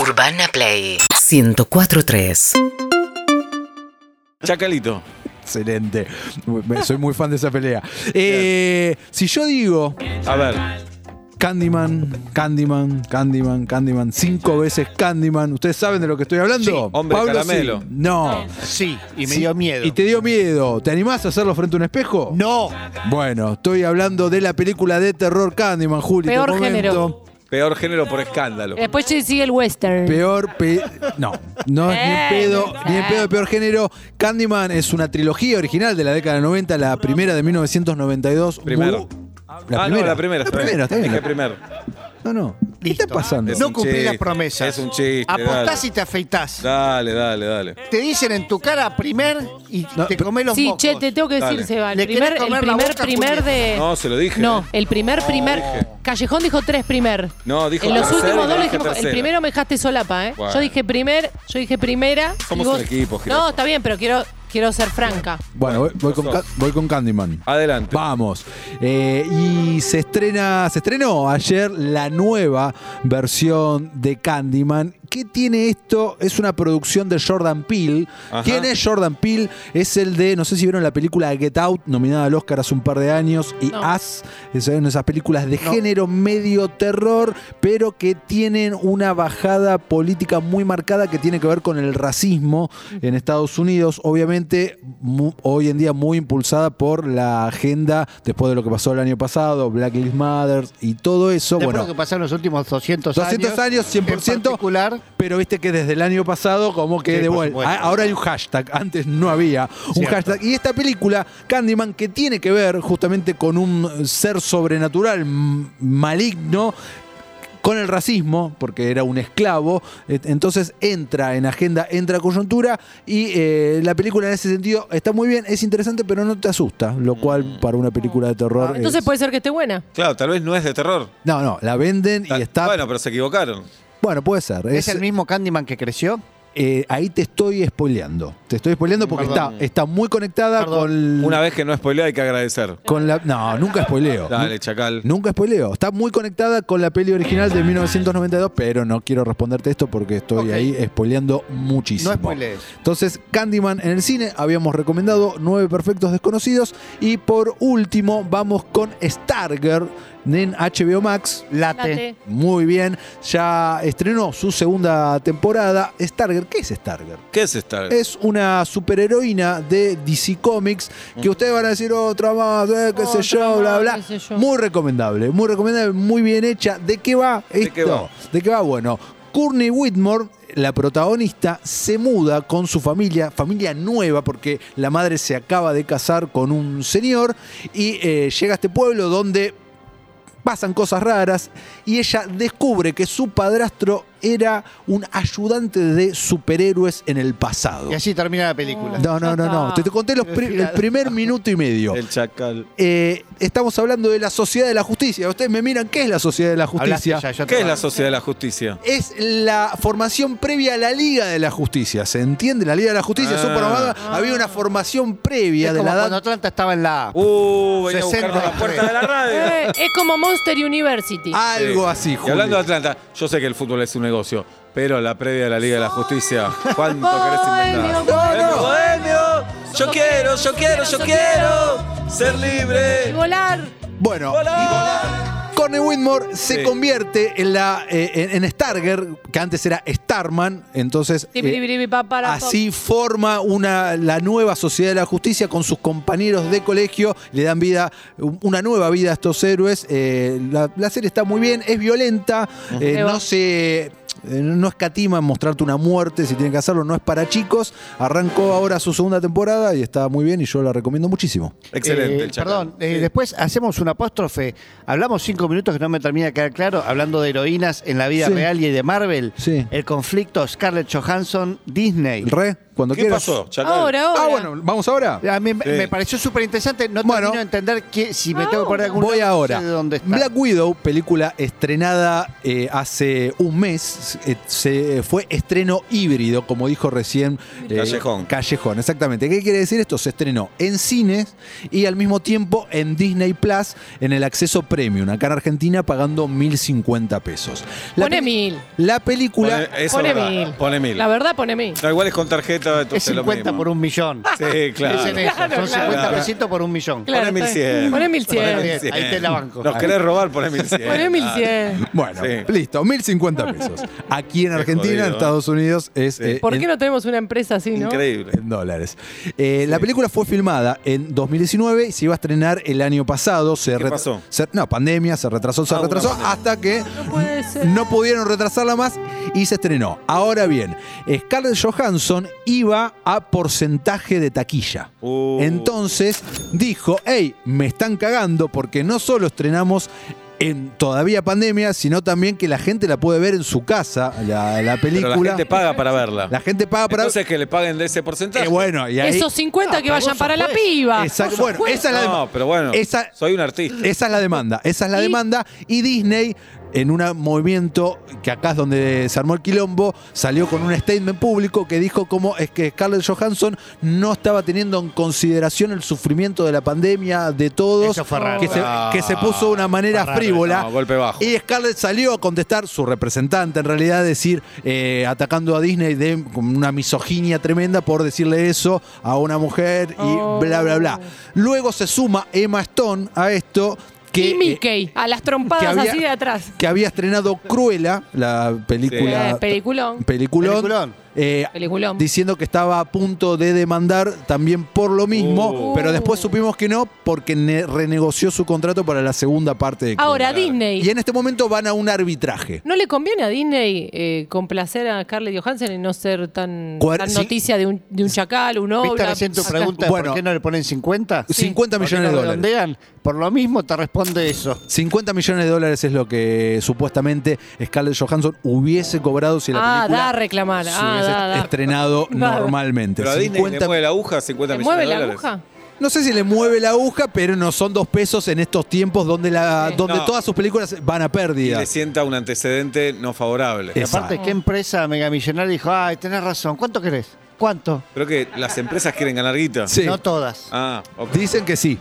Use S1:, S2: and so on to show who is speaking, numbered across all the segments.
S1: Urbana Play 1043.
S2: Chacalito.
S3: Excelente. Muy- me- Soy muy fan de esa pelea. Eh, si yo digo
S2: A ver.
S3: Candyman, Candyman, Candyman, Candyman, cinco veces Candyman, ¿ustedes saben de lo que estoy hablando?
S2: hombre
S3: Pablo,
S2: caramelo.
S3: sí. No.
S4: Sí, y me
S3: Sí.
S4: dio miedo.
S3: Y te dio miedo. ¿Te animás a hacerlo frente a un espejo?
S4: No,
S3: Bueno, estoy hablando de la película de terror Candyman, Juli. te
S5: Peor
S3: comento.
S5: género.
S2: Peor género por escándalo.
S5: Después sí sigue el western.
S3: Peor, pe- no, no es ni en
S5: Eh,
S3: pedo,
S5: no
S3: ni en
S5: sé.
S3: pedo de peor género. Candyman es una trilogía original de la década del 90, la primera de 1992.
S2: Primero.
S3: Bu-
S2: ah, no, la primera.
S3: La primera, está bien.
S2: Dije primero.
S3: No, no. ¿Qué
S4: Listo.
S3: está pasando?
S2: Es
S4: no
S2: un
S4: cumplí
S2: chiste,
S4: las promesas.
S2: es un chiste,
S4: Apostás
S2: dale.
S4: y te afeitás.
S2: Dale, dale, dale.
S4: Te dicen en tu cara primer y
S3: No,
S4: te
S3: pe-
S4: comés los
S5: sí,
S4: mocos.
S5: che, te tengo que decir,
S2: Dale.
S5: Seba. El
S4: ¿Le querés
S5: primer, el
S4: comer la
S5: primer,
S4: boca,
S5: primer
S4: Julieta?
S5: de.
S2: No, se lo dije.
S5: Eh, No, el primer, primer. Callejón dijo tres primer.
S2: No, dijo
S5: En los
S2: tercero y
S5: últimos
S2: yo
S5: dos le
S2: dije
S5: dijimos-
S2: tercero.
S5: El primero me dejaste solapa, ¿eh?
S2: Bueno.
S5: Yo dije primer, yo dije primera. y
S2: Somos
S5: vos-
S2: un equipo, Jirafa.
S5: No, está bien, pero quiero, quiero ser franca.
S3: Bueno, voy, voy con,
S2: Los
S3: Ca-
S2: dos.
S3: voy con Candyman.
S2: Adelante.
S3: Vamos. Eh, y se estrena, se estrenó ayer la nueva versión de Candyman. ¿Qué tiene esto? Es una producción de Jordan Peele.
S2: Ajá.
S3: ¿Quién es Jordan Peele? Es el de, no sé si vieron la película Get Out, nominada al Oscar hace un par de años, y
S5: No.
S3: As, es una de esas películas de género medio terror, pero que tienen una bajada política muy marcada que tiene que ver con el racismo en Estados Unidos. Obviamente, mu- hoy en día muy impulsada por la agenda, después de lo que pasó el año pasado, Black Lives Matter y todo eso.
S4: Después
S3: bueno,
S4: lo que pasó en los últimos 200,
S3: 200 años, 100%.
S4: En particular,
S3: pero viste que desde el año pasado, como que
S4: Sí,
S3: de
S4: por
S3: vuelta.
S4: supuesto.
S3: a- Ahora hay un hashtag, antes no había un
S4: Cierto.
S3: hashtag. Y esta película, Candyman, que tiene que ver justamente con un ser sobrenatural m- maligno. Con el racismo, porque era un esclavo, Et- entonces entra en agenda, entra coyuntura, y eh, la película en ese sentido está muy bien, es interesante, pero no te asusta, lo
S4: Mm.
S3: cual para una película de terror.
S5: Ah, Entonces
S3: es-
S5: puede ser que esté buena.
S2: Claro, tal vez no es de terror.
S3: No, no, la venden y está. Bueno,
S2: Bueno, pero se equivocaron.
S3: puede ser.
S4: Ah, es,
S3: Es-
S4: el mismo Candyman que creció.
S3: Eh, ahí te estoy spoileando. Te estoy spoileando porque está,
S2: Perdón.
S3: está muy conectada
S4: Perdón.
S3: con,
S2: Una vez que no spoilea hay que agradecer.
S3: con la. No, nunca spoileo.
S2: Dale, chacal.
S3: Nunca spoileo. Está muy conectada con la peli original de 1992, pero no quiero responderte esto porque estoy
S4: Ok.
S3: ahí spoileando muchísimo.
S4: No spoilees.
S3: Entonces, Candyman en el cine, habíamos recomendado Nueve Perfectos Desconocidos. Y por último, vamos con Stargirl en HBO Max.
S4: Late.
S3: Muy bien, ya estrenó su segunda temporada. Stargirl, ¿qué es Stargirl?
S2: ¿Qué es esta?
S3: Es una superheroína de DC Comics que ustedes van a decir otra más, eh, qué sé
S5: Otra
S3: yo, bla,
S5: más,
S3: bla.
S5: Oh, qué sé yo.
S3: Muy recomendable, muy recomendable, muy bien hecha. ¿De qué va esto?
S2: qué va?
S3: ¿De qué va? Bueno, Courtney Whitmore, la protagonista, se muda con su familia, familia nueva, porque la madre se acaba de casar con un señor y eh, llega a este pueblo donde pasan cosas raras y ella descubre que su padrastro era un ayudante de superhéroes en el pasado.
S4: Y así termina la película.
S3: No, no, no, no. Te, te conté los pri- el primer minuto y medio.
S2: El chacal.
S3: Eh, estamos hablando de la sociedad de la justicia. Ustedes me miran, ¿qué es la sociedad de la
S4: Hablaste
S3: justicia?
S4: ya, yo te
S2: ¿Qué es
S4: lo-
S2: la sociedad de la justicia?
S3: es la formación previa a la Liga de la Justicia. ¿Se entiende? La Liga de la Justicia,
S2: Ah.
S3: son programadas. Había una formación previa
S4: Es
S3: de
S4: como
S3: la edad.
S4: cuando Atlanta estaba en la A.
S2: Uh, venía a buscarnos a
S4: 63.
S2: la puerta de la radio.
S5: Eh, es como Monster University.
S3: Algo así,
S2: Y
S3: Juli.
S2: hablando de Atlanta, yo sé que el fútbol es un negocio, pero la previa de la Liga de la Justicia, ¿cuánto querés inventar?
S3: No, no.
S2: Yo quiero, yo quiero, yo quiero ser
S5: Y
S2: libre.
S5: volar.
S3: Bueno, Connie Whitmore se
S2: Sí.
S3: convierte en la eh, en, en Stargirl, que antes era Starman, entonces eh,
S5: Así.
S3: así forma una la nueva sociedad de la justicia con sus compañeros de colegio, le dan vida una nueva vida a estos héroes. eh, la, la serie está muy bien, es violenta, eh,
S5: Eva.
S3: no se eh, no escatima en mostrarte una muerte si tienen que hacerlo, no es para chicos. Arrancó ahora su segunda temporada y está muy bien y yo la recomiendo muchísimo.
S2: Excelente,
S4: Eh,
S2: el chacal.
S4: Perdón, eh,
S2: Sí.
S4: después hacemos un apóstrofe. Hablamos cinco minutos que no me termina de quedar claro, hablando de heroínas en la vida
S3: Sí.
S4: real y de Marvel.
S3: Sí.
S4: El conflicto Scarlett Johansson, Disney.
S3: Re cuando
S2: ¿Qué
S3: quieras.
S2: pasó, Chacal?
S5: Ahora, ahora.
S3: Ah, bueno, ¿vamos ahora?
S4: A mí
S2: Sí.
S4: me pareció súper interesante. No
S3: Bueno.
S4: termino de entender que, si me tengo que poner algún
S3: Voy
S4: lado, no
S3: ahora.
S4: sé de dónde está.
S3: Black Widow, película estrenada eh, hace un mes, eh, se, fue estreno híbrido, como dijo recién. eh,
S2: Callejón.
S3: Callejón, exactamente. ¿Qué quiere decir esto? Se estrenó en cines y al mismo tiempo en Disney Plus, en el acceso premium, acá en Argentina, pagando 1.050 pesos. La
S5: Pone
S3: peli-
S5: mil.
S3: La película.
S2: Pone, eso
S5: pone
S2: es verdad,
S5: mil.
S2: Pone mil.
S5: La verdad, pone mil.
S2: No, igual es con tarjeta, entonces
S4: Es 50
S2: lo mismo.
S4: por un millón.
S2: Sí, claro.
S4: Es en eso.
S5: Claro,
S4: Son
S5: claro.
S4: 50
S2: Claro.
S4: pesitos por un millón.
S5: Claro,
S2: Pone
S5: está bien.
S2: 1100.
S5: Pone 1100.
S2: Pone
S4: Bien, ahí te la banco.
S2: Nos querés robar, poné 1100.
S5: Pone mil cien.
S3: Bueno,
S2: Sí.
S3: listo, 1.050 pesos. Aquí en
S2: Qué
S3: Argentina,
S2: jodido,
S3: en
S2: ¿eh?
S3: Estados Unidos, es. eh,
S5: ¿Por
S3: en-
S5: qué no tenemos una empresa así, no?
S2: Ah, Increíble.
S3: en dólares. Eh, La película fue filmada en 2019 y se iba a estrenar el año pasado. Se
S2: ¿Qué
S3: re-
S2: pasó?
S3: se- no, pandemia, se retrasó, se
S2: Ah, una
S3: retrasó
S2: pandemia.
S3: hasta que
S5: No puede ser.
S3: no pudieron retrasarla más y se estrenó. Ahora bien, Scarlett Johansson iba a porcentaje de taquilla.
S2: Uh.
S3: Entonces dijo, hey, me están cagando porque no solo estrenamos en todavía pandemia, sino también que la gente la puede ver en su casa, la, la
S2: Pero
S3: película.
S2: la gente paga para verla.
S3: La gente paga para...
S2: Entonces que le paguen de ese porcentaje.
S3: Eh, bueno, y ahí-
S5: Esos 50 que vayan para la piba.
S3: Exacto. Bueno, esa es la
S2: no,
S3: dema-
S2: pero bueno,
S3: Esa-
S2: soy un artista.
S3: Esa es la demanda, esa es la
S5: Y-
S3: demanda. Y Disney, en un movimiento que acá es donde se armó el quilombo, salió con un statement público que dijo cómo es que Scarlett Johansson no estaba teniendo en consideración el sufrimiento de la pandemia de todos.
S4: Eso fue raro.
S3: Que se, que se puso de una manera
S4: Fue raro,
S3: frívola.
S2: no, golpe bajo.
S3: Y Scarlett salió a contestar, su representante en realidad, decir, eh, atacando a Disney de con una misoginia tremenda por decirle eso a una mujer y
S5: Oh.
S3: bla, bla, bla. Luego se suma Emma Stone a esto. Que,
S5: y
S3: eh,
S5: Mickey, a las trompadas
S3: había-
S5: así de atrás.
S3: que había estrenado Cruella, la película.
S5: Eh, peliculón.
S3: Peliculón.
S4: Peliculón.
S3: eh,
S5: Peliculón.
S3: Diciendo que estaba a punto de demandar también por lo mismo,
S5: Uh.
S3: pero después supimos que no, porque ne- renegoció su contrato para la segunda parte de Cruella.
S5: Ahora, Disney.
S3: Y en este momento van a un arbitraje.
S5: ¿No le conviene a Disney eh, complacer a Scarlett Johansson y no ser tan,
S3: Cuar-
S5: tan
S3: sí.
S5: noticia de un, de un chacal, un obra?
S4: ¿Viste recién tu
S5: Acá.
S4: pregunta de
S3: Bueno.
S4: por qué no le ponen 50?
S3: 50
S4: ¿Por qué
S3: millones
S4: no
S3: de dólares.
S4: redondean? Por lo mismo te responde eso.
S3: 50 millones de dólares es lo que supuestamente Scarlett Johansson hubiese cobrado si la
S5: Ah,
S3: película
S5: da a reclamar.
S3: se
S5: Ah,
S3: hubiese
S5: da, da.
S3: estrenado
S5: Da.
S3: normalmente.
S2: Pero a Disney
S3: 50
S2: le mueve la aguja 50
S5: ¿Te
S2: millones
S5: mueve
S2: de
S5: la
S2: dólares.
S5: aguja?
S3: No sé si le mueve la aguja, pero no son dos pesos en estos tiempos donde, la,
S5: Sí.
S3: donde
S2: No.
S3: todas sus películas van a
S2: Y
S3: pérdida.
S2: le sienta un antecedente no favorable.
S3: Es-
S4: Aparte, ¿qué empresa megamillonaria dijo, ay, tenés razón, ¿cuánto querés? ¿Cuánto?
S2: Creo que las empresas quieren ganar guita.
S3: Sí.
S4: No todas.
S2: Ah, ok.
S3: Dicen que sí.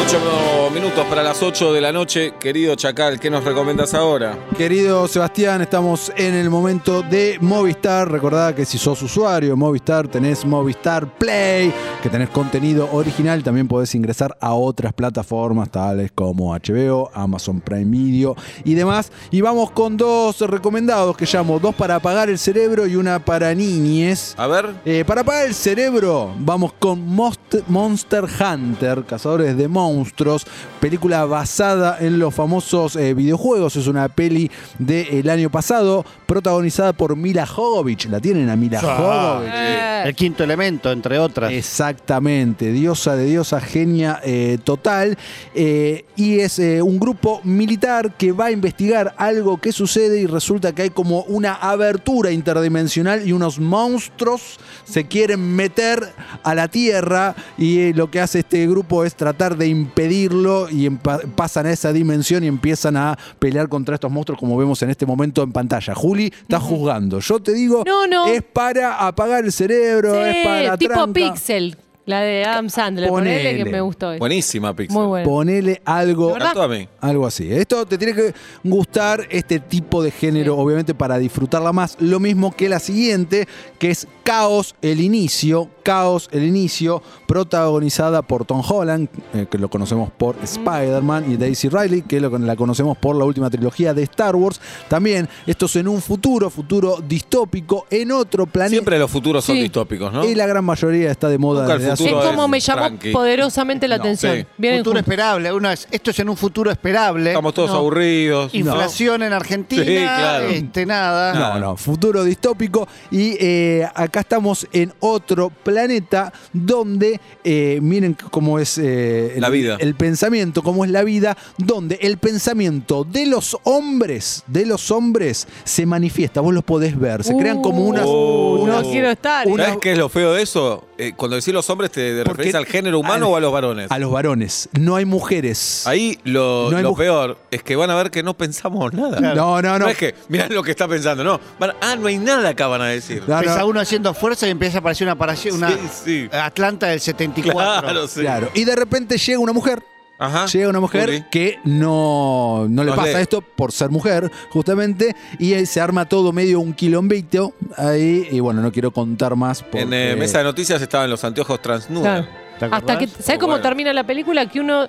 S2: Ocho minutos para las 8 de la noche. Querido Chacal, ¿qué nos recomiendas ahora?
S3: Querido Sebastián, estamos en el momento de Movistar. Recordá que si sos usuario de Movistar, tenés Movistar Play, que tenés contenido original. También podés ingresar a otras plataformas tales como HBO, Amazon Prime Video y demás. Y vamos con dos recomendados que llamo, dos para apagar el cerebro y una para niñes.
S2: A ver.
S3: Eh, para apagar el cerebro, vamos con Most- Monster Hunter, Cazadores de Monstruos, película basada en los famosos eh, videojuegos. Es una peli del año pasado, protagonizada por Mila Jovovich. ¿La tienen a Mila
S4: Sí.
S3: Jovovich?
S5: Eh,
S4: El quinto elemento, entre otras.
S3: Exactamente, diosa de diosa, genia eh, total. Eh, y es eh, un grupo militar que va a investigar algo que sucede y resulta que hay como una abertura interdimensional y unos monstruos se quieren meter a la Tierra y eh, lo que hace este grupo es tratar de impedirlo y empa- pasan a esa dimensión y empiezan a pelear contra estos monstruos como vemos en este momento en pantalla. Juli está juzgando. Yo te digo,
S5: No, no.
S3: es para apagar el cerebro pero
S5: sí,
S3: es para
S5: tipo
S3: tranca. Ah,
S5: Pixel, la de Adam Sandler,
S3: Ponele.
S5: ponele que me gustó. esa.
S2: Buenísima, Pixel.
S5: Muy buena.
S3: Ponele algo,
S5: ¿De verdad?
S2: Tanto a mí.
S3: algo así. Esto te tiene que gustar este tipo de género, obviamente, para disfrutarla más. Lo mismo que la siguiente, que es Caos el Inicio. Caos el Inicio, protagonizada por Tom Holland, eh, que lo conocemos por
S5: Mm.
S3: Spider-Man, y Daisy Riley, que lo- la conocemos por la última trilogía de Star Wars. También, esto es en un futuro, futuro distópico, en otro planeta.
S2: Siempre los futuros son
S5: Sí.
S2: distópicos, ¿no?
S3: Y la gran mayoría está de moda
S2: Nunca el
S3: desde hace
S5: Es
S2: futuro
S5: como
S2: es
S5: me llamó
S2: tranqui.
S5: poderosamente la
S3: No,
S5: atención.
S2: sí.
S5: Vienen
S4: futuro
S5: juntos.
S4: esperable. Uno es, esto es en un futuro esperable.
S2: Estamos todos
S5: No.
S2: aburridos.
S4: Inflación en Argentina.
S2: Sí, claro.
S4: Este, nada.
S3: No, no, futuro distópico. Y eh, acá estamos en otro planeta donde, eh, miren cómo es eh, el-
S2: La vida.
S3: el pensamiento, cómo es la vida, donde el pensamiento de los hombres, de los hombres, se manifiesta. Vos los podés ver, se crean como unas...
S2: Uh,
S3: unas-
S5: no quiero estar.
S3: una-
S2: ¿Sabes qué es lo feo de eso? Eh, cuando decís los hombres, ¿te
S3: Porque-
S2: referís al género humano
S3: al-
S2: o a los varones?
S3: a los varones, no hay mujeres.
S2: Ahí lo,
S3: No hay
S2: lo
S3: muj-
S2: peor es que van a ver que no pensamos nada.
S3: No, no, no.
S2: es que, mirá lo que está pensando, no. Van- ah, no hay nada acá, van a decir.
S3: No, no,
S4: Empieza uno haciendo fuerza y empieza a aparecer una, aparición- una
S2: Sí, sí.
S4: Atlanta del 74.
S2: Claro, sí.
S3: Claro. Y de repente llega una mujer.
S2: Ajá.
S3: Llega una mujer
S2: Juli.
S3: que no, no le
S2: Nos
S3: pasa
S2: lee.
S3: esto por ser mujer, justamente, y ahí se arma todo medio un quilombito ahí, y bueno, no quiero contar más. Porque...
S2: En eh, mesa de noticias estaban los anteojos transnuda.
S5: Claro.
S4: ¿Te acordás?
S5: Hasta que, ¿Sabes
S2: Oh,
S5: cómo
S2: bueno.
S5: termina la película? Que uno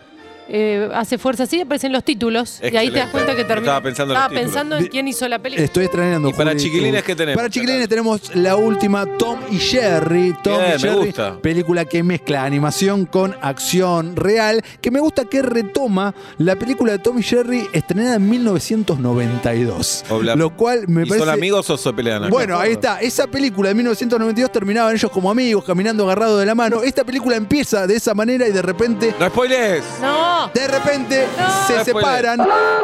S5: eh, hace fuerza así y aparecen los títulos. Y ahí te das
S2: Excelente.
S5: cuenta que termina.
S2: Estaba pensando en los
S5: Estaba
S2: títulos.
S5: pensando en
S3: De-
S5: quién hizo la película.
S3: Estoy estrenando.
S2: ¿Y para
S3: Juli,
S2: chiquilines
S3: tu-
S2: qué tenemos?
S3: Para chiquilines tenemos la última, Tom y Jerry. Tom
S2: Bien,
S3: y
S2: me
S3: Jerry,
S2: gusta.
S3: película que mezcla animación con acción real, que me gusta que retoma la película de Tom y Jerry estrenada en 1992.
S2: Obla-
S3: Lo cual me
S2: ¿Y
S3: parece...
S2: son amigos o se pelean? acá?
S3: Bueno, ahí está. Esa película de 1992 terminaban ellos como amigos, caminando agarrados de la mano. Esta película empieza de esa manera y de repente.
S2: ¡No spoilers!
S5: No.
S3: De repente
S5: No.
S3: se
S2: Spoiler.
S3: separan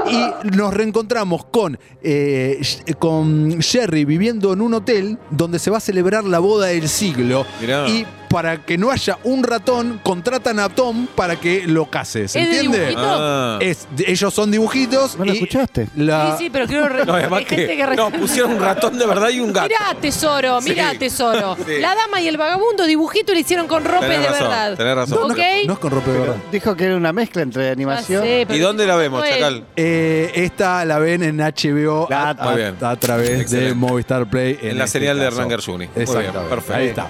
S3: y nos reencontramos con, eh, Sh- con Sherry viviendo en un hotel donde se va a celebrar la boda del siglo.
S2: Mirá.
S3: Y para que no haya un ratón, contratan a Tom para que lo case. ¿Se
S5: ¿Es de
S3: entiende?
S5: dibujito?
S2: Ah.
S3: Es- ellos son dibujitos.
S4: ¿No lo
S3: y
S4: escuchaste?
S3: la-
S5: Sí, sí, pero quiero. re-
S2: No, además
S5: hay gente
S2: que-
S5: que re-
S2: no, pusieron un ratón de verdad y un gato.
S5: Mirá, tesoro,
S2: Sí.
S5: mirá, tesoro.
S2: Sí.
S5: La dama y el vagabundo dibujito le hicieron con ropa
S2: Tenés
S5: de
S2: razón,
S5: verdad.
S2: tenés razón.
S3: No, no-
S5: ¿Ok?
S3: no es con ropa de verdad.
S4: Dijo que era una mezcla entre animación.
S5: Ya sé, pero
S2: ¿Y dónde la vemos,
S5: no es.
S2: Chacal?
S3: Eh, esta la ven en HBO a,
S4: Gato.
S3: a-
S2: Muy bien.
S3: a través de
S2: Excelente.
S3: Movistar Play. este
S2: En la señal de
S3: caso.
S2: Hernán Garzuni. Muy bien,
S3: Exactamente.
S2: perfecto.
S3: Ahí está.